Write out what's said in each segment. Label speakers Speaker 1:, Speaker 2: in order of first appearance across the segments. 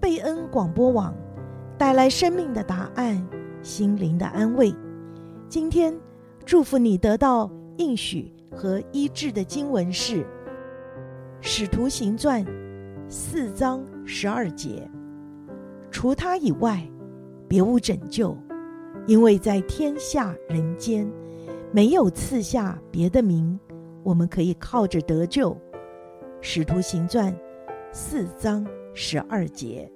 Speaker 1: 归恩广播网，带来生命的答案，心灵的安慰。今天祝福你得到应许和医治的经文是《使徒行传》四章十二节：“除他以外，别无拯救，因为在天下人间没有赐下别的名，我们可以靠着得救。”《使徒行传》四章十二节。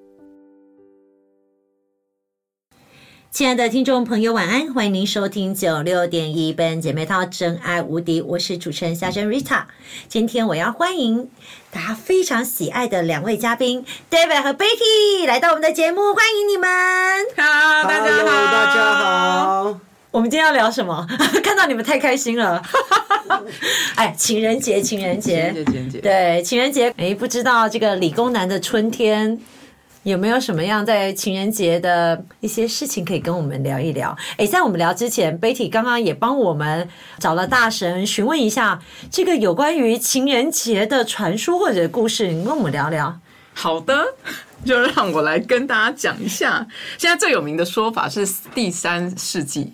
Speaker 2: 亲爱的听众朋友，晚安！欢迎您收听九六点一本姐妹淘真爱无敌，我是主持人夏珍 Rita。今天我要欢迎大家非常喜爱的两位嘉宾 David 和 Betty 来到我们的节目，欢迎你们！
Speaker 3: 好，大家好
Speaker 4: Hello，大家。好。
Speaker 2: 我们今天要聊什么？ 看到你们太开心了！ 哎，情人节，情人节，
Speaker 3: 简姐，简姐，
Speaker 2: 对，情人节，哎，不知道这个理工男的春天有没有什么样在情人节的一些事情可以跟我们聊一聊？哎，在我们聊之前，Betty 刚刚也帮我们找了大神询问一下这个有关于情人节的传说或者故事，你跟我们聊聊。
Speaker 3: 好的，就让我来跟大家讲一下。现在最有名的说法是第三世纪，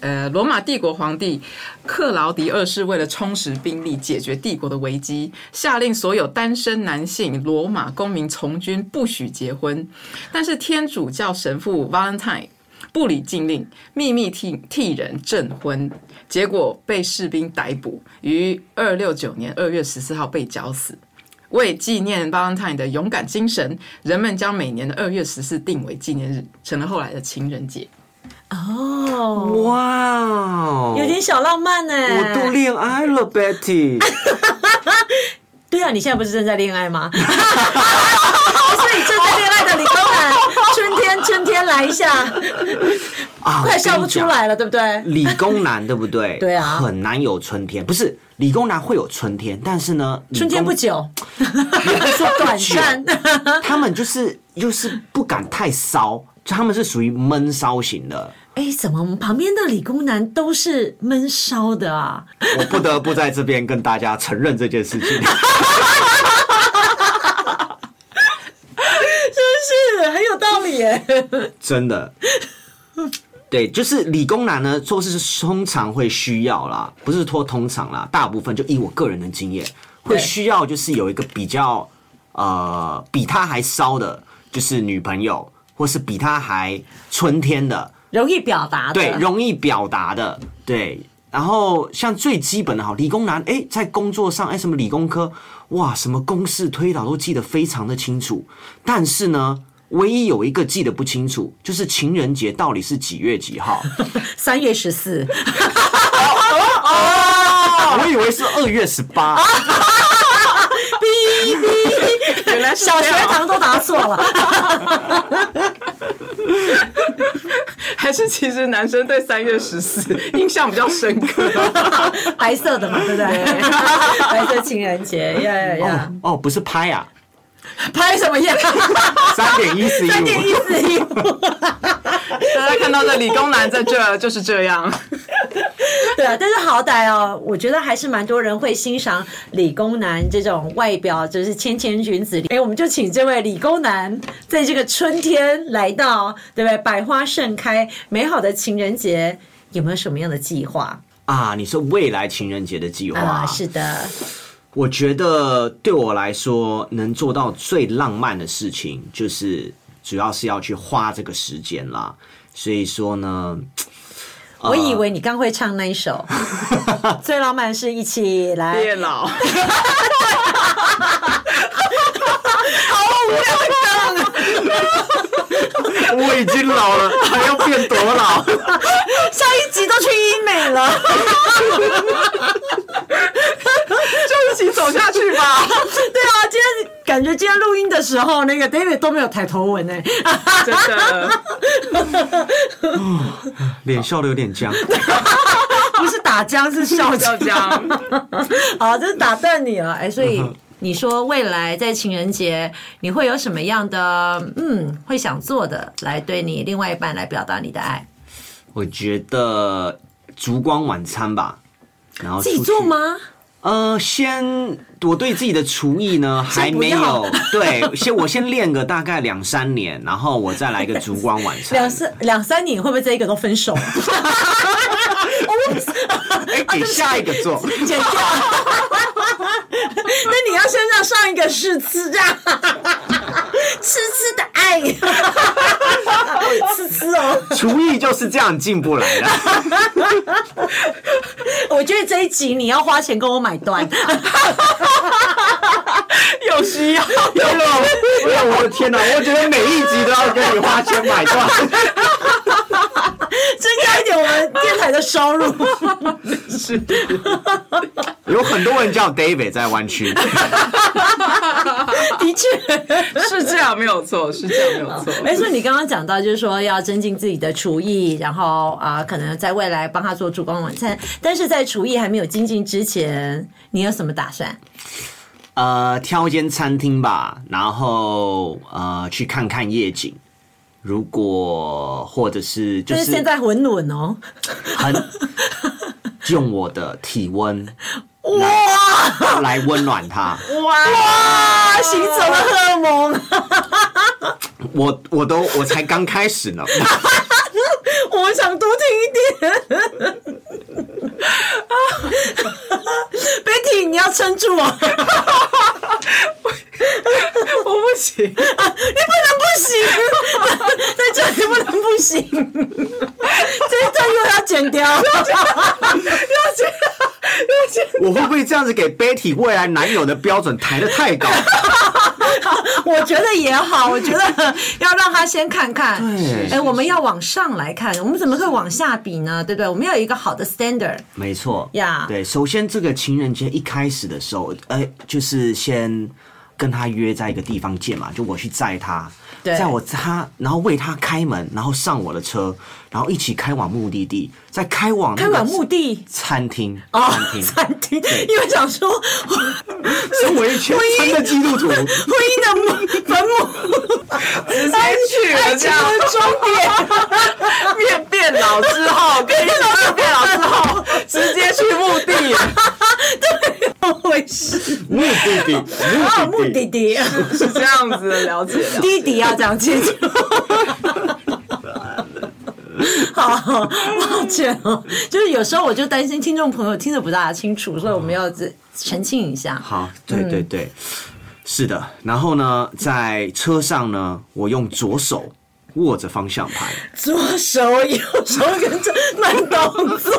Speaker 3: 呃，罗马帝国皇帝克劳迪二世为了充实兵力，解决帝国的危机，下令所有单身男性罗马公民从军，不许结婚。但是天主教神父 Valentine 不理禁令，秘密替替人证婚，结果被士兵逮捕，于二六九年二月十四号被绞死。为纪念 Valentine 的勇敢精神，人们将每年的二月十四定为纪念日，成了后来的情人节。
Speaker 2: 哦，
Speaker 4: 哇哦，
Speaker 2: 有点小浪漫呢、
Speaker 4: 我都恋爱了，Betty。
Speaker 2: 对啊，你现在不是正在恋爱吗？所以正在恋爱的理工男，春天春天来一下。
Speaker 4: 啊
Speaker 2: 快笑不出。来了，对不对？
Speaker 4: 理工男对不 对？
Speaker 2: 对啊
Speaker 4: 很难有春天。不是理工男会有春天，但是呢，理工
Speaker 2: 春天不，久，
Speaker 4: 也不是说
Speaker 2: 短
Speaker 4: 不久
Speaker 2: 暂。
Speaker 4: 他们就是就是不敢太骚，就他们是属于闷骚型的。
Speaker 2: 哎，怎么我们旁边的理工男都是闷骚的啊？
Speaker 4: 我不得不在这边跟大家承认这件事情。
Speaker 2: 真是很有道理耶。
Speaker 4: 真的。对，就是理工男呢，做事是通常会需要啦，不是说通常啦，大部分就以我个人的经验，会
Speaker 2: 对
Speaker 4: 需要就是有一个比较呃比他还骚的，就是女朋友，或是比他还春天的，
Speaker 2: 容易表达 的，
Speaker 4: 对，容易表达的，对。然后像最基本的哈，理工男，哎，在工作上，哎，什么理工科，哇，什么公式推导都记得非常的清楚。但是呢，唯一有一个记得不清楚，就是情人节到底是几月 几号？
Speaker 2: 三月十四，
Speaker 4: 我以为是二月十 八，
Speaker 2: 啊
Speaker 3: 原来是
Speaker 2: 小
Speaker 3: 这
Speaker 2: 学
Speaker 3: 样
Speaker 2: 堂都答错了。
Speaker 3: 还是其实男生对三月十四印象比较深刻。啊
Speaker 2: 白色的嘛，对不对？ 白色情人节，呀呀呀！
Speaker 4: 哦，不是拍啊，
Speaker 2: 拍什么呀？
Speaker 4: 三点一四一
Speaker 2: 三点一
Speaker 4: 五，
Speaker 2: 四一五。
Speaker 3: 大家看到的理工男在这就是这样。
Speaker 2: 对啊，但是好歹哦，我觉得还是蛮多人会欣赏理工男这种外表就是谦谦君子。哎，我们就请这位理工男在这个春天来到，对不对？百花盛开，美好的情人节，有没有什么样的计划
Speaker 4: 啊，你说未来情人节的计划、
Speaker 2: 啊？是的，
Speaker 4: 我觉得对我来说，能做到最浪漫的事情，就是主要是要去花这个时间啦。所以说呢，
Speaker 2: 我以为你刚会唱那一 首，最浪漫是一起来
Speaker 4: 哎
Speaker 3: 月老，啊
Speaker 4: 我已经老了，还要变多老？
Speaker 2: 下一集都去医美了。
Speaker 3: 就一起走下去吧。
Speaker 2: 对啊，今天感觉今天录音的时候，那个 David 都没有抬头纹哎、
Speaker 3: 真的，
Speaker 4: 脸笑的有点 僵。
Speaker 2: 不是打僵是笑僵
Speaker 3: 要。这样。
Speaker 2: 好，哦这是打断你了。哎，所
Speaker 4: 嗯
Speaker 2: 以你说未来在情人节，你会有什么样的嗯，会想做的，来对你另外一半来表达你的爱？
Speaker 4: 我觉得烛光晚餐吧，然后
Speaker 2: 自己
Speaker 4: 出去
Speaker 2: 做？吗？
Speaker 4: 呃，先我对自己的厨 艺呢还
Speaker 2: 先不
Speaker 4: 没
Speaker 2: 要
Speaker 4: 有，对，先我先练个大概两三年，然后我再来个烛光晚餐。
Speaker 2: 两三两三年会不会这一个都分 手？
Speaker 4: 哎，给下一个做。
Speaker 2: 剪掉。那你要先让上一个试吃这啊样，痴痴的 爱，痴痴哦。
Speaker 4: 厨艺就是这样进不来的。
Speaker 2: 我觉得这一集你要花钱跟我买断，
Speaker 3: 有需要，
Speaker 4: 哎呦，哎呦，我的天哪！我觉得每一集都要跟你花钱买断。
Speaker 2: 增加一点我们电台的收入。
Speaker 3: 是
Speaker 4: 有很多人叫 David 在湾区，
Speaker 2: 的确，
Speaker 3: 是这样没有错，是这样没 有错。
Speaker 2: 没错。哎你刚刚讲到就是说要增进自己的厨艺，然后啊、可能在未来帮他做烛光晚餐。但是在厨艺还没有精进之前，你有什么打算？
Speaker 4: 呃，挑一间餐厅吧，然后呃去看看夜景。如果或者是就
Speaker 2: 但是
Speaker 4: 是
Speaker 2: 现在很暖哦，
Speaker 4: 很用我的体温
Speaker 2: 哇！
Speaker 4: 来温暖它，
Speaker 2: 哇，行走的荷尔蒙，
Speaker 4: 我我都我才刚开始呢。
Speaker 2: 我们想多听一点。Betty，你要撑住哦，你
Speaker 3: 我不行，
Speaker 2: 不能不行，在这里不能不 行，这一段又要剪掉。
Speaker 4: 我会不会这样子给 Betty 未来男友的标准抬得太高？
Speaker 2: 我觉得也好，我 觉得要让他先看看。
Speaker 4: 对
Speaker 2: 哎，我们要往上来看，我们怎么会往下比呢？对不对？我们要有一个好的 standard。
Speaker 4: 没错
Speaker 2: 呀
Speaker 4: 对，首先这个情人节一开始的时候，呃，就是先跟他约在一个地方见嘛，就我去载他，
Speaker 2: 对
Speaker 4: 载我他，然后为他开门，然后上我的车，然后一起开往目的地，再开往那
Speaker 2: 开
Speaker 4: 个
Speaker 2: 往目的
Speaker 4: 餐厅，
Speaker 2: 哦
Speaker 4: 餐，厅，
Speaker 2: 餐厅，因为想说
Speaker 4: 身为全 真的基督徒，
Speaker 2: 婚姻的坟墓，
Speaker 3: 直接去了这样。
Speaker 2: 终点，
Speaker 3: 面变老之后，跟你说面变老之后，直接去墓地。
Speaker 2: 回事
Speaker 4: 目的地，
Speaker 2: 啊，
Speaker 4: 目
Speaker 2: 目
Speaker 4: 的
Speaker 2: 的
Speaker 4: 地。
Speaker 2: 地，
Speaker 3: 是这样子的，了解了。
Speaker 2: 弟弟要讲清 楚。好，抱歉哦，就是有时候我就担心听众朋友听得不大清楚，所以我们要这澄清一下。
Speaker 4: 好，对
Speaker 2: 嗯
Speaker 4: 对对，是的。然后呢，在车上呢，我用左手握着方向盘，
Speaker 2: 左手右手跟着慢动 作，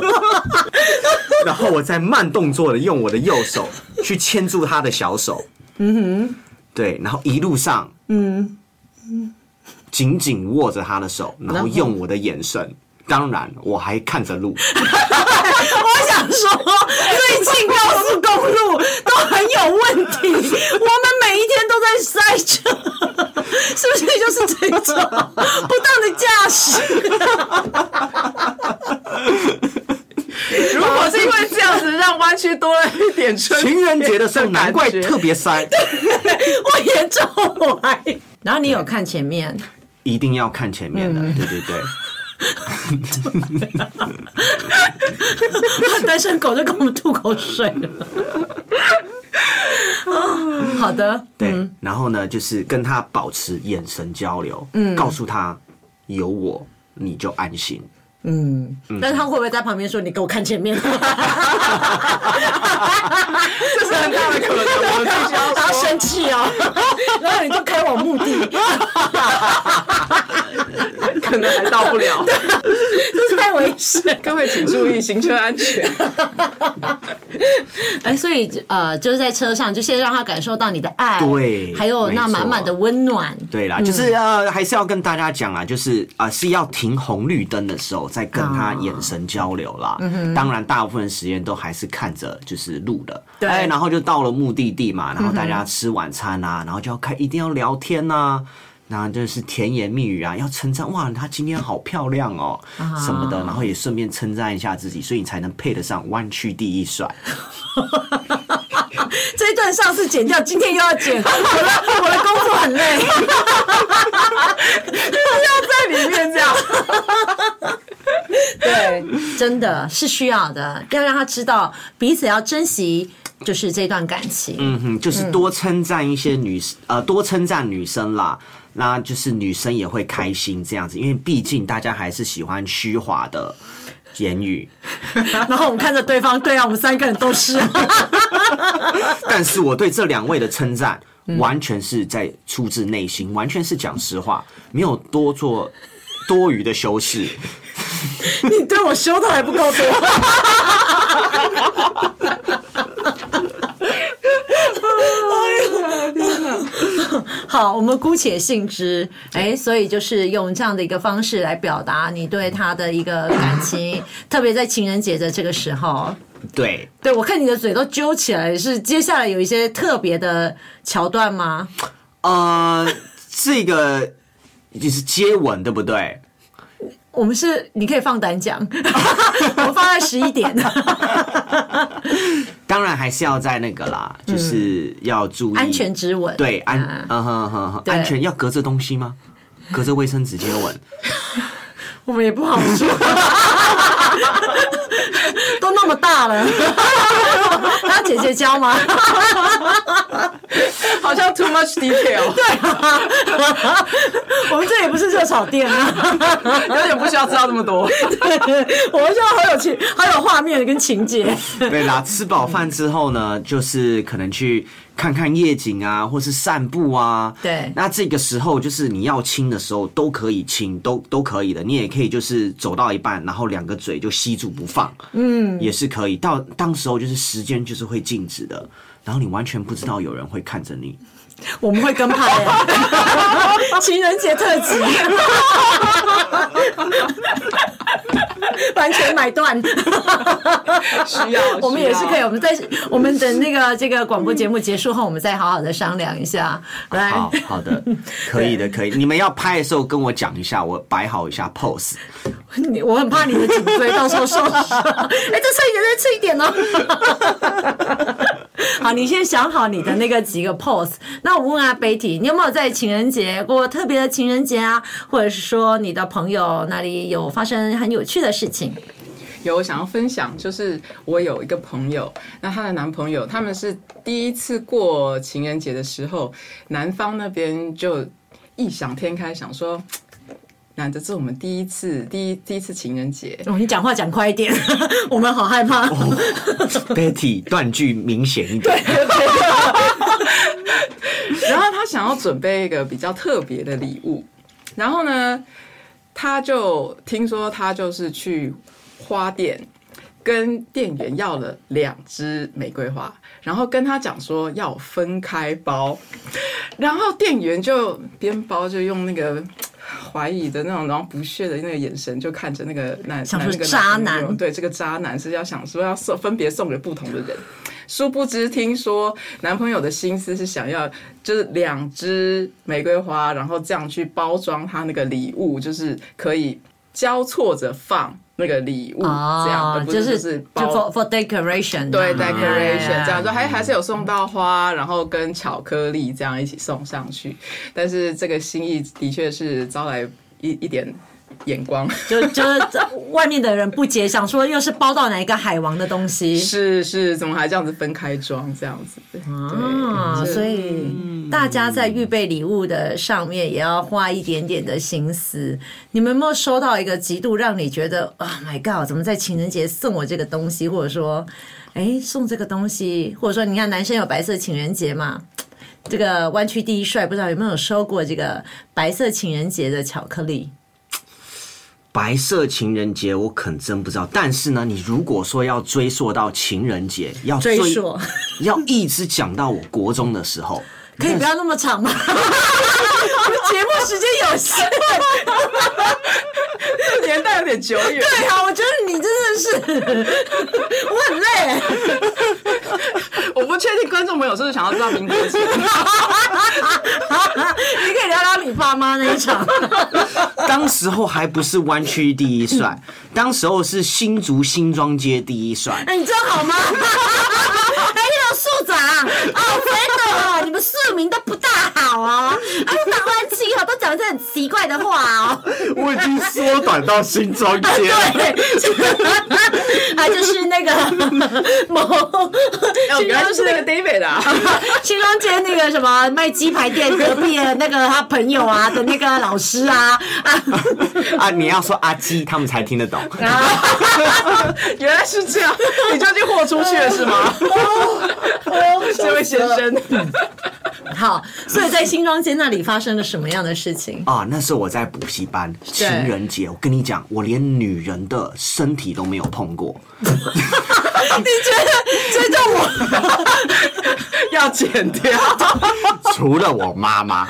Speaker 4: 然后我再慢动作的用我的右手去牵住他的小手，嗯哼，对，然后一路上，嗯，紧紧握着他的手，然后用我的眼神，当然我还看着 路，
Speaker 2: 我想说，最近高速公路都很有问题，我们每一天都在塞车， 是不是就是这种不当的驾驶？
Speaker 3: 如果是因为这样子让湾区多了一点春，
Speaker 4: 情人节的时候难怪
Speaker 3: 这感觉
Speaker 4: 特别塞，
Speaker 2: 我严重怀疑。然后你有看前面，
Speaker 4: 一定要看前面的，对对 对。
Speaker 2: 单身狗就跟我们吐口水了。 啊，好的，
Speaker 4: 对，然后呢，就是跟他保持眼神交流，告诉他有我你就安心。
Speaker 3: 嗯
Speaker 2: 但是他会不会在旁边说：“你给我看前面？”
Speaker 3: 这是很大的可能，我们必须要
Speaker 2: 然后
Speaker 3: 说。
Speaker 2: 生气哦， 然后你就开往目的，
Speaker 3: 可能还到不了。
Speaker 2: 这太危险。
Speaker 3: 各位请注意行车安全。
Speaker 2: 哎，所以呃，就是在车上，就先让他感受到你的爱，
Speaker 4: 对
Speaker 2: 还有那
Speaker 4: 没错
Speaker 2: 满满的温暖。
Speaker 4: 对啦，就是呃，还是要跟大家讲啦，就是啊、呃是要停红绿灯的时候再跟他眼神交流啦。当然，大部分时间都还是看着就是路的。
Speaker 2: 对
Speaker 4: 哎，然后就到了目的地嘛，然后大家吃晚餐啊，然后就要开，一定要聊天呐、然后就是甜言蜜语啊，要称赞哇，她今天好漂亮哦，什么的，然后也顺便称赞一下自己，所以你才能配得上弯曲第一帅。
Speaker 2: 这一段上次剪掉，今天又要剪，我 的我的工作很累。
Speaker 3: 在里面这 样，
Speaker 2: 对，真的是需要的，要让他知道彼此要珍惜就是这段感情。
Speaker 4: 嗯哼，就是多称赞一些女，呃，多称赞女生啦，那就是女生也会开心这样子，因为毕竟大家还是喜欢虚华的言语。
Speaker 2: 然后我们看着对方，对啊，我们三个人都是。
Speaker 4: 但是我对这两位的称赞，完全是在出自内心，完全是讲实话，没有多做多余的修饰。
Speaker 2: 你 对我修的还不够多。 好，我们姑且信之。哎，所以就是用这样的一个方式来表达你对他的一个感情，特别在情人节的这个时候。
Speaker 4: 对，
Speaker 2: 对我看你的嘴都揪起来，是接下来有一些特别的桥段吗？
Speaker 4: 呃，这个就是接吻，对不对？
Speaker 2: 我们是你可以放胆 讲，我们放在十一点，
Speaker 4: 当然还是要在那个啦，就是要注意
Speaker 2: 安全之吻。
Speaker 4: 对安
Speaker 2: 啊，
Speaker 4: 嗯哼哼哼，
Speaker 2: 对
Speaker 4: 安全要隔着东西 吗？隔着卫生纸接吻，
Speaker 2: 我们也不好 说，都那么大了，还要姐姐教吗？
Speaker 3: 好像 too much detail，
Speaker 2: 啊我们这也不是热炒店啊，
Speaker 3: 有点不需要知道这么多。
Speaker 2: 我们现在好有情，好有画面跟情节。
Speaker 4: 对啦。吃饱饭之后呢，就是可能去看看夜景啊，或是散步啊。
Speaker 2: 对
Speaker 4: 那这个时候就是你要亲的时候都可以亲，都都可以的。你也可以就是走到一半，然后两个嘴就吸住不放，嗯，也是可以。到当时候就是时间就是会静止的，然后你完全不知道有人会看着你。
Speaker 2: 我们会跟拍、情人节特辑，完全买断。
Speaker 3: 需要，
Speaker 2: 我们也是可以，
Speaker 3: 需要
Speaker 2: 我们在我们等那个这个广播节目结束后，我们再好好的商量一下。来，
Speaker 4: 好好的，可以的，可以。你们要拍的时候跟我讲一下，我摆好一下 pose。
Speaker 2: 你我很怕你的颈椎 到时候受伤。 哎，再吃一点，再吃一点哦。 好，你先想好你的那个几个 pose。那我问下 Betty，你有没有在情人节过特别的情人节啊？或者是说你的朋友那里有发生很有趣的事情？
Speaker 3: 有我想要分享，就是我有一个朋友，那她的男朋友他们是第一次过情人节的时候，男方那边就异想天开，想说。难得是我们第一次，第一第一次情人节，
Speaker 2: 哦，你讲话讲快一点， 我们好害怕。
Speaker 4: Betty 断句明显一点，
Speaker 3: 然后他想要准备一个比较特别的礼物，然后呢，他就听说他就是去花店跟店员要了两支玫瑰花，然后跟他讲说要分开包，然后店员就边包就用那个。怀疑的那种，然后不屑的那个眼神，就看着那个男，
Speaker 2: 想说
Speaker 3: 那个
Speaker 2: 渣
Speaker 3: 朋
Speaker 2: 男
Speaker 3: 友对这个渣男是要想说要送分别送给不同的人，殊不知，听说男朋友的心思是想要就是两支玫瑰花，然后这样去包装他那个礼物，就是可以交错着放那个礼物，这样，而不
Speaker 2: 哦就是
Speaker 3: 就是是
Speaker 2: 就
Speaker 3: 包
Speaker 2: for for decoration，
Speaker 3: 对
Speaker 2: 啊
Speaker 3: decoration 这样，就还还是有送到花，然后跟巧克力这样一起送上去，但是这个心意的确是招来一一点 眼光。
Speaker 2: 就就是外面的人不解，想说又是包到哪一个海王的东西
Speaker 3: 是是，怎么还这样子分开装这样子？对，
Speaker 2: 啊，
Speaker 3: 是
Speaker 2: 所以大家在预备礼物的上面也要花一点点的心思。你们有没有收到一个极度让你觉得啊、oh、，My God，怎么在情人节送我这个东西，或者说，哎，送这个东西，或者说，你看男生有白色情人节嘛？这个湾区第一帅不知道有没有收过这个白色情人节的巧克力？
Speaker 4: 白色情人节我可真不知道。但是呢，你如果说要追溯到情人节，要追
Speaker 2: 追溯
Speaker 4: 要一直讲到我国中的 时候，
Speaker 2: 可以不要那么长吗？ 我们节目时间有限。
Speaker 3: 年代有点久远。
Speaker 2: 对啊，我觉得你真的是， 我很累。
Speaker 3: 我不确定观众朋友是不是想要知道民国 几年。
Speaker 2: 你可以聊聊你爸妈那一 场。
Speaker 4: 当时候还不是湾区第一帅，当时候是新竹新庄街第一帅。
Speaker 2: 哎，你这样好吗？还有素材啊！啊，真的哦，你们庶民都不大好哦，啊，当官气候都讲一些很奇怪的话 哦。
Speaker 4: 我已经缩短到新庄街 了。
Speaker 2: 对， 他就是那个某
Speaker 3: 哦，原来就 是那个 David 啊，
Speaker 2: 新庄街那个什么卖鸡排店隔壁的那个他朋友啊的那个老师啊啊，
Speaker 4: 啊，你要说阿基，他们才听得懂。
Speaker 2: 然后
Speaker 3: 原来是这样， 哦你究竟豁出去了是 吗？这位先生，
Speaker 2: 好，所以在新庄街那里发生了什么样的事 情？
Speaker 4: 啊，那时候我在补习班，情人节，我跟你讲，我连女人的身体都没有碰过，
Speaker 2: 你觉得这就我
Speaker 3: 要剪掉，
Speaker 4: 除了我妈妈，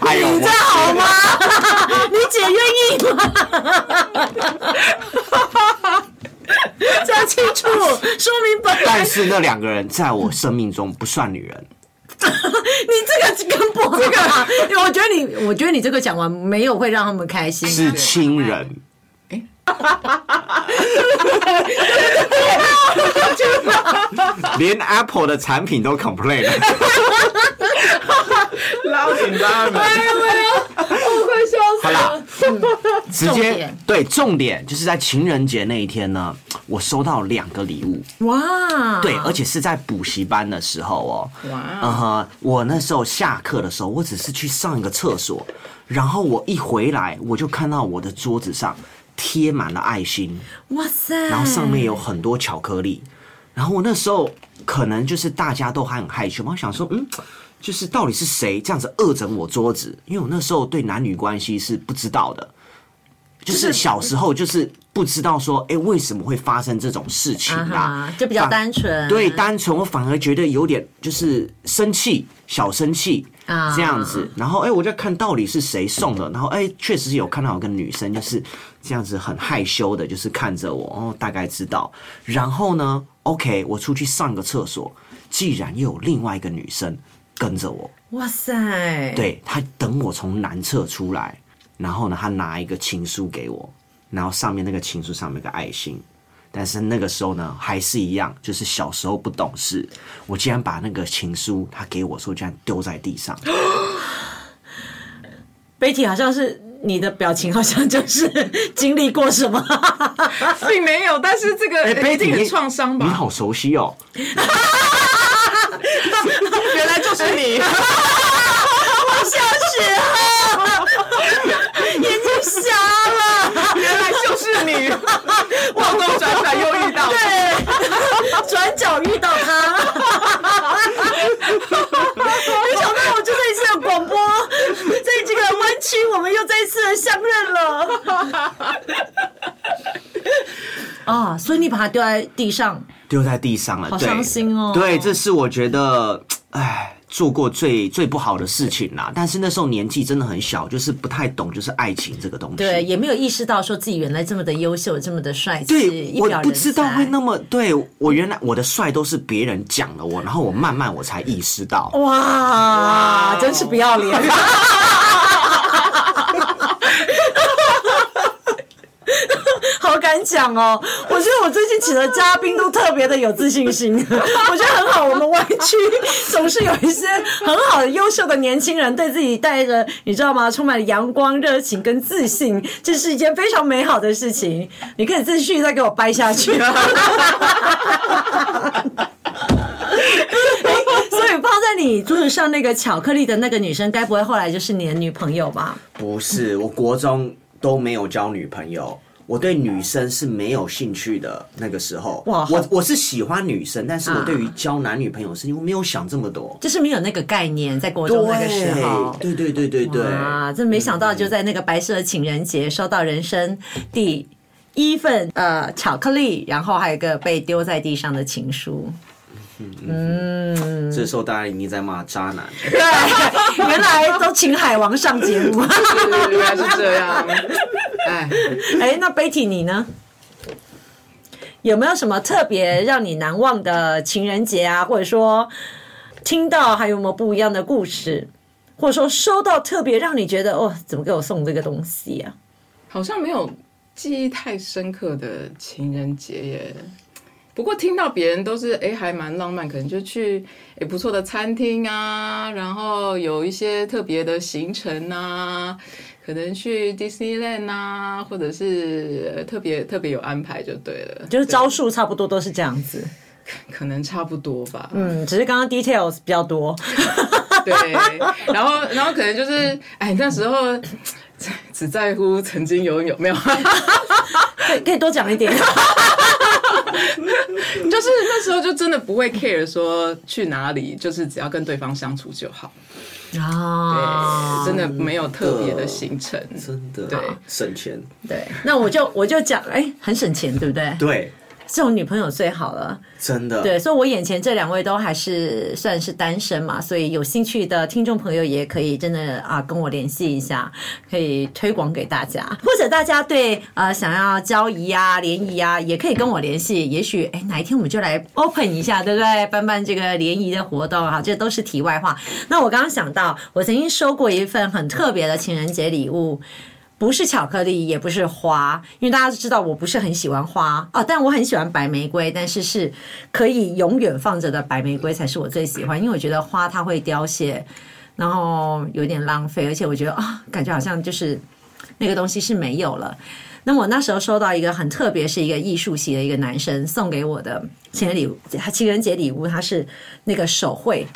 Speaker 4: 还有
Speaker 2: 你这
Speaker 4: 我。
Speaker 2: 好 吗？你姐愿意吗？这要清楚说明本来
Speaker 4: 但是那两个人在我生命中不算女人，
Speaker 2: 你这个跟不这个，我觉得你，我觉得你这个讲完没有会让他们开心。啊
Speaker 4: 是亲人。连 Apple 的产品都 complain 了，
Speaker 3: 捞紧拉们。
Speaker 4: 好啦，直
Speaker 2: 重
Speaker 4: 接
Speaker 2: 点
Speaker 4: 对重点就是在情人节那一天呢，我收到两个礼物，
Speaker 2: 哇，
Speaker 4: 对，而且是在补习班的时候哦。
Speaker 3: 哇
Speaker 4: 嗯哼，我那时候下课的时候，我只是去上一个厕所，然后我一回来，我就看到我的桌子上贴满了爱心，
Speaker 2: 哇塞，
Speaker 4: 然后上面有很多巧克力。然后我那时候可能就是大家都还很害羞嘛，我想说，嗯，就是到底是谁这样子恶整我桌子？因为我那时候对男女关系是不知道的，就是小时候就是不知道说，哎，为什么会发生这种事情
Speaker 2: 啊
Speaker 4: 啦
Speaker 2: 哈，？就比较
Speaker 4: 反
Speaker 2: 单纯，
Speaker 4: 对，单纯，我反而觉得有点就是生气，小生气
Speaker 2: 啊
Speaker 4: 这样子。然后哎、我就看到底是谁送的，然后哎，确、实有看到有个女生就是这样子很害羞的，就是看着我，哦，大概知道。然后呢，OK，我出去上个厕所，既然又有另外一个女生跟着我，
Speaker 2: 哇塞，，
Speaker 4: 对她等我从男厕出来，然后呢，她拿一个情书给我，然后上面那个情书上面有个爱心。但是那个时候呢，还是一样，就是小时候不懂事，我竟然把那个情书他给我说，竟然丢在地上。
Speaker 2: Betty 好像是你的表情，好像就是经历过什 么，
Speaker 3: 并没有，但是这个
Speaker 4: 贝
Speaker 3: 一
Speaker 4: 蒂
Speaker 3: 定哎很
Speaker 4: 你
Speaker 3: 创伤
Speaker 4: 你
Speaker 3: 吧？
Speaker 4: 好熟悉哦，
Speaker 3: 原来就是你，
Speaker 2: 笑死了，眼睛瞎了，
Speaker 3: 原来就是 你，忘东转转又遇到。
Speaker 2: 对， 转角遇到他， 没想到我就这一次的广播， 在这个湾区，我们又再一次的相认了。 啊，所以你把它丢在地上，
Speaker 4: 丢在地上了，
Speaker 2: 好
Speaker 4: 对
Speaker 2: 伤心哦
Speaker 4: 对，这是我觉得，哎，做过最最不好的事情啦。但是那时候年纪真的很小，就是不太懂，就是爱情这个东西。
Speaker 2: 对，也没有意识到说自己原来这么的优秀，这么的帅气，
Speaker 4: 对，
Speaker 2: 一
Speaker 4: 我
Speaker 2: 表
Speaker 4: 不
Speaker 2: 人
Speaker 4: 知道
Speaker 2: 才
Speaker 4: 会那么对我原来我的帅都是别人讲了我，然后我慢慢我才意识到，
Speaker 2: 哇，真是不要脸！ 好敢讲哦！我觉得我最近请的嘉宾都特别的有自信心，我觉得很好。我们湾区 总是有一些很好的、优秀的年轻人，对自己带着你知道吗？充满了阳光、热情跟自信，这是一件非常美好的事情。你可以继续再给我掰下去。所以放在你桌子上那个巧克力的那个女生，该不会后来就是你的女朋友吧？
Speaker 4: 不是我国中都没有交女朋友。我对女生是没有兴趣的，那个时候，
Speaker 2: 哇
Speaker 4: 我我是喜欢女生，但是我
Speaker 2: 啊
Speaker 4: 对于交男女朋友的事情，我没有想这么多。
Speaker 2: 就是没有那个概念，在国中那个时候。
Speaker 4: 对对对对对，
Speaker 2: 啊，真没想到，就在那个白色情人节收到人生第一份呃巧克力，然后还有一个被丢在地上的情书。
Speaker 4: 这时候大家一定在骂渣男。
Speaker 2: 对， 原来都请海王上节目。
Speaker 3: 是原来是这样，哎，
Speaker 2: 哎，那 Betty 你呢？有没有什么特别让你难忘的情人节啊？或者说听到还有没有不一样的故事？或者说收到特别让你觉得哦，怎么给我送这个东西啊？
Speaker 3: 好像没有记忆太深刻的情人节耶。不过听到别人都是哎，还蛮浪漫，可能就去哎不错的餐厅啊，然后有一些特别的行程啊，可能去 Disneyland 啊，或者是呃特别特别有安排就对了，
Speaker 2: 就是招数差不多都是这样子。
Speaker 3: 可能差不多吧。
Speaker 2: 嗯，只是刚刚 details 比较多。
Speaker 3: 对，然后然后可能就是哎那时候 只只在乎曾经拥有没有。
Speaker 2: 可以可以多讲一点。
Speaker 3: 就是那时候就真的不会 care 说去哪里，就是只要跟对方相处就好，
Speaker 2: 啊，
Speaker 3: 真的没有特别的行程。
Speaker 4: 真的啊
Speaker 3: 对
Speaker 4: 省钱，
Speaker 2: 对。那我就我就讲，哎、很省钱，对不对？
Speaker 4: 对，
Speaker 2: 这种女朋友最好了。
Speaker 4: 真的
Speaker 2: 对，所以我眼前这两位都还是算是单身嘛，所以有兴趣的听众朋友也可以真的啊跟我联系一下，可以推广给大家，或者大家对呃想要交谊啊、联谊啊，也可以跟我联系，也许哎哪一天我们就来 open 一下，对不对？办办这个联谊的活动啊，这都是题外话。那我刚刚想到，我曾经收过一份很特别的情人节礼物。不是巧克力，也不是花，因为大家都知道我不是很喜欢花哦，但我很喜欢白玫瑰，但是是可以永远放着的白玫瑰才是我最喜欢，因为我觉得花它会凋谢，然后有点浪费，而且我觉得啊、感觉好像就是那个东西是没有了。那我那时候收到一个很特别，是一个艺术系的一个男生送给我的情人礼物，他情人节礼物，他是那个手绘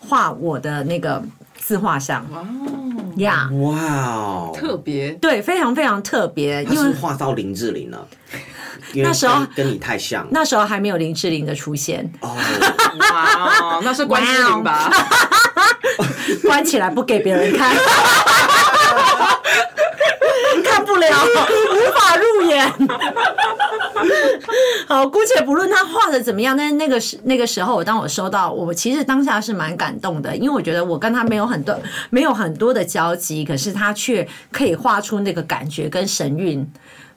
Speaker 2: 画我的那个自画像
Speaker 3: 哇哦，
Speaker 2: 呀。
Speaker 4: 哇哦，
Speaker 3: 特别
Speaker 2: 对，非常非常特别，
Speaker 4: 他
Speaker 2: 因
Speaker 4: 是
Speaker 2: 为
Speaker 4: 画到林志 玲了，因为
Speaker 2: 那时候
Speaker 4: 跟跟你太像了
Speaker 2: 那时候还没有林志玲的出现，
Speaker 4: 哦，
Speaker 3: 哇哦，那是关之琳吧？
Speaker 2: 关起来不给别人看，看不了，无法入眼。好，姑且不论他画的怎么样，但是那个时那个时候，我当我收到，我其实当下是蛮感动的，因为我觉得我跟他没有很多没有很多的交集，可是他却可以画出那个感觉跟神韵。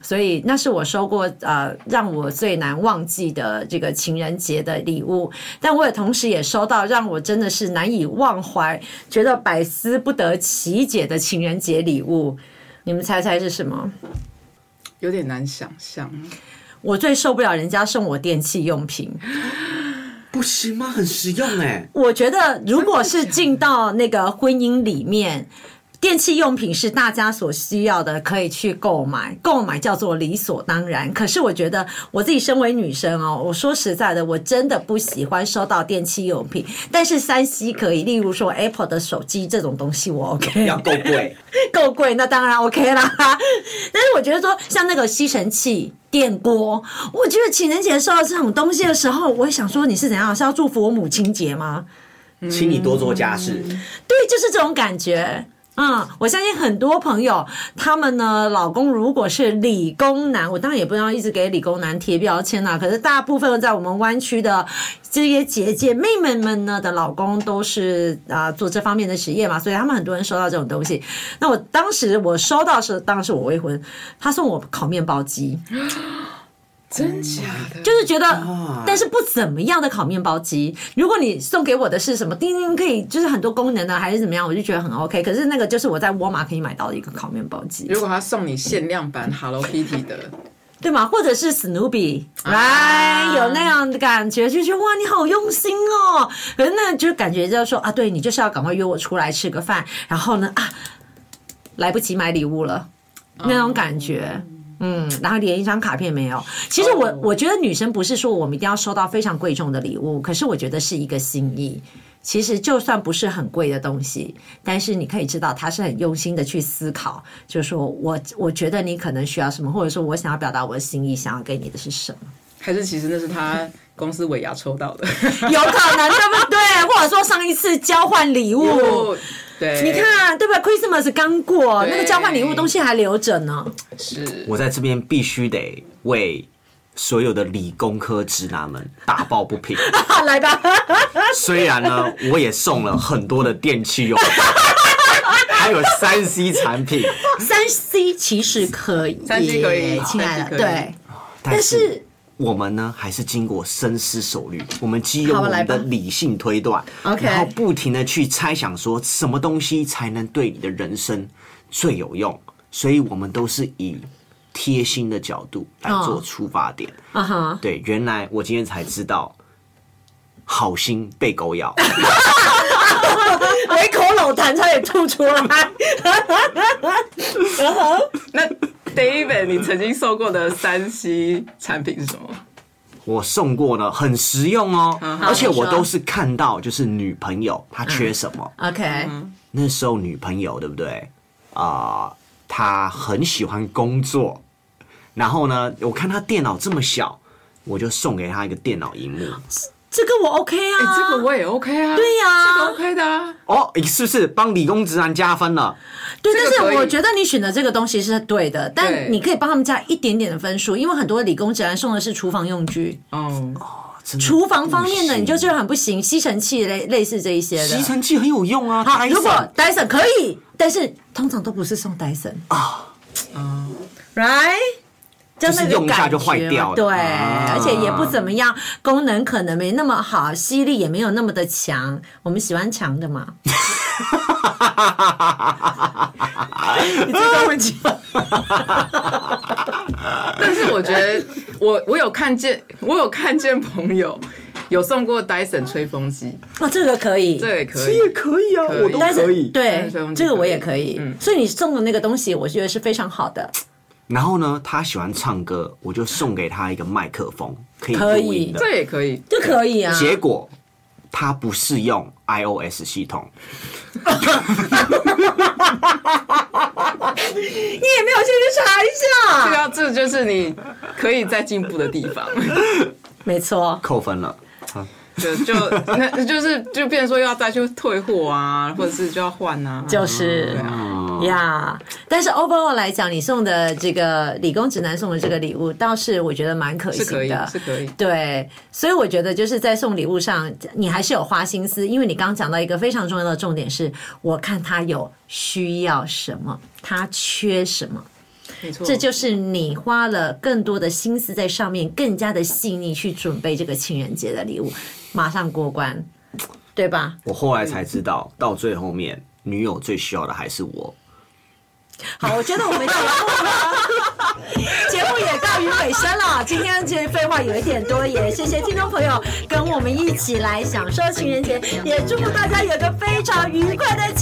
Speaker 2: 所以那是我收过呃让我最难忘记的这个情人节的礼物，但我也同时也收到让我真的是难以忘怀，觉得百思不得其解的情人节礼物。你们猜猜是什么？
Speaker 3: 有点难想象，
Speaker 2: 我最受不了人家送我电器用品。
Speaker 4: 不行吗？很实用哎，
Speaker 2: 我觉得如果是进到那个婚姻里面。 电器用品是大家所需要的，可以去购买，购买叫做理所当然。可是我觉得我自己身为女生哦，我说实在的，我真的不喜欢收到电器用品。 但是三 C 可以，例如说 Apple 的手机这种东西，我 OK。
Speaker 4: 要够贵，
Speaker 2: 够贵，那当然 OK 啦。 但是我觉得说，像那个吸尘器、电锅，我觉得情人节收到这种东西的时候，我也想说你是怎样？是要祝福我母亲节吗？嗯
Speaker 4: 请你多做家事，
Speaker 2: 对，就是这种感觉。嗯，我相信很多朋友，他们呢，老公如果是理工男，我当然也不要一直给理工男贴标签啊啦。可是大部分在我们湾区的这些姐姐妹妹们呢的老公都是啊、做这方面的实业嘛，所以他们很多人收到这种东西。那我当时我收到是，当然是我未婚，他送我烤面包机，
Speaker 3: 真假的？
Speaker 2: 就是觉得
Speaker 3: 啊
Speaker 4: 哇，
Speaker 2: 但是不怎么样的烤面包机。如果你送给我的是什么叮叮可以，就是很多功能的，还是怎么样，我就觉得很 OK。可是那个就是我在沃尔玛可以买到的一个烤面包机，
Speaker 3: 如果他送你限量版 Hello Kitty 的，
Speaker 2: 对吗？或者是 Snoopy，来、
Speaker 3: 啊
Speaker 2: 有那样的感觉，就觉得哇，你好用心哦。可是那就感觉就是说啊，对你就是要赶快约我出来吃个饭，然后呢啊，来不及买礼物了，那种感觉。嗯，然后连一张卡片没有。其实我、我觉得女生不是说我们一定要收到非常贵重的礼物，可是我觉得是一个心意。其实就算不是很贵的东西，但是你可以知道他是很用心的去思考，就是说我我觉得你可能需要什么，或者说我想要表达我的心意，想要给你的是什么。
Speaker 3: 还是其实那是他公司尾牙抽到的？
Speaker 2: 有可能对不对？或者说上一次交换礼物，
Speaker 3: 对，
Speaker 2: 哦你看对吧？Christmas 刚过，
Speaker 3: 对
Speaker 2: 那个交换礼物东西还留着呢。
Speaker 3: 是
Speaker 4: 我在这边必须得为所有的理工科直男们打抱不平。
Speaker 2: 好，来吧，
Speaker 4: 虽然呢，我也送了很多的电器用品， 还有三 C 产品，
Speaker 2: 三 C 其实可以，
Speaker 3: 三 C 可以
Speaker 2: 亲爱
Speaker 3: 三 C 可
Speaker 2: 的，
Speaker 3: 以
Speaker 2: 对。
Speaker 4: 但
Speaker 2: 但是
Speaker 4: 是。我们呢，还是经过深思熟虑，我们基于我
Speaker 2: 好来
Speaker 4: 们
Speaker 2: 吧
Speaker 4: 的理性推断
Speaker 2: OK
Speaker 4: 然后不停的去猜想说什么东西才能对你的人生最有用，所以我们都是以贴心的角度来做出发点。
Speaker 2: 啊哈，
Speaker 4: 对，原来我今天才知道，好心被 狗咬。
Speaker 2: 我一口冷痰差点吐出来。
Speaker 3: 那 David，你曾经收过的三 C 产品是什么？
Speaker 4: 我送过呢，很实用哦，
Speaker 3: 好
Speaker 4: 而且
Speaker 2: 你
Speaker 4: 我
Speaker 2: 说嗯
Speaker 4: 都是看到就是女朋友她缺什么，
Speaker 2: OK，
Speaker 4: 那时候女朋友对不对？啊、她很喜欢工作，然后呢，我看她电脑这么小，我就送给她一个电脑荧幕。
Speaker 2: 这个我 OK
Speaker 3: 哎、
Speaker 2: 啊，
Speaker 3: 这个我也 OK 啊，
Speaker 2: 对呀
Speaker 3: 这个 OK 的啊。
Speaker 4: 哦，是不是帮理工直男加分了？
Speaker 2: 对，
Speaker 3: 这
Speaker 2: 但
Speaker 3: 个可
Speaker 2: 是
Speaker 3: 以
Speaker 2: 我觉得你选的这个东西是对的，但
Speaker 3: 对
Speaker 2: 你可以帮他们加一点点的分数，因为很多理工直男送的是厨房用具，
Speaker 3: 哦，
Speaker 4: 真的
Speaker 2: 厨房方面的
Speaker 4: 不行
Speaker 2: 你就觉得很不行，吸尘器类类似这一些
Speaker 4: 吸
Speaker 2: 的。
Speaker 4: 尘器很有用啊。
Speaker 2: 好，如果
Speaker 4: Dyson
Speaker 2: Dyson 可以，但是通常都不是送 Dyson 啊，right？就
Speaker 4: 就是用一下就坏掉了
Speaker 2: 对，
Speaker 4: 啊
Speaker 2: 而且也不怎么样，功能可能没那么好，吸力也没有那么的强。我们喜欢强的嘛，你知道我讲
Speaker 3: 但是我觉得我我有看见，我有看见朋友有送过 Dyson 吹风机，
Speaker 2: 哦，这个可以，
Speaker 3: 这也可
Speaker 4: 这
Speaker 3: 以。
Speaker 4: 也可以啊，
Speaker 3: 可以
Speaker 4: 我都
Speaker 2: 但是
Speaker 4: 可以。
Speaker 2: 对
Speaker 3: 但是用，
Speaker 2: 这个
Speaker 3: 就可
Speaker 2: 我也
Speaker 3: 以
Speaker 2: 可以。
Speaker 3: 嗯
Speaker 2: 所以你送的那个东西，我觉得是非常好的。
Speaker 4: 然后呢，她喜欢唱歌，我就送给她一个麦克风，可以
Speaker 2: 可以
Speaker 4: 录音的。
Speaker 3: 这也可以，
Speaker 2: 这可以啊，
Speaker 4: 结果它不适用 iOS 系统，
Speaker 2: 你也没有先去查一
Speaker 3: 对
Speaker 2: 下。
Speaker 3: 啊，这就是你可以再进步的地方。
Speaker 2: 没错，
Speaker 4: 扣分了。啊
Speaker 3: 就就那就是就变成说要再去退货啊，或者是就要换啊。
Speaker 2: 就是
Speaker 4: 嗯
Speaker 2: 呀。但是 overall 来讲，你送的这个理工直男送的这个礼物，倒是我觉得蛮可
Speaker 3: 是可
Speaker 2: 行
Speaker 3: 以
Speaker 2: 的，。
Speaker 3: 是可以。
Speaker 2: 对，所以我觉得就是在送礼物上，你还是有花心思，因为你刚刚讲到一个非常重要的重点是，我看他有需要什么，他缺什么。
Speaker 3: 没错，
Speaker 2: 这就是你花了更多的心思在上面，更加的细腻去准备这个情人节的礼物，马上过关，对吧？
Speaker 4: 我后来才知道，到最后面，女友最需要的还是我。
Speaker 2: 好，我觉得我们节目呢啊节目也告于尾声了。今天这废话有一点多，也谢谢听众朋友跟我们一起来享受情人节，也祝福大家有个非常愉快的情哦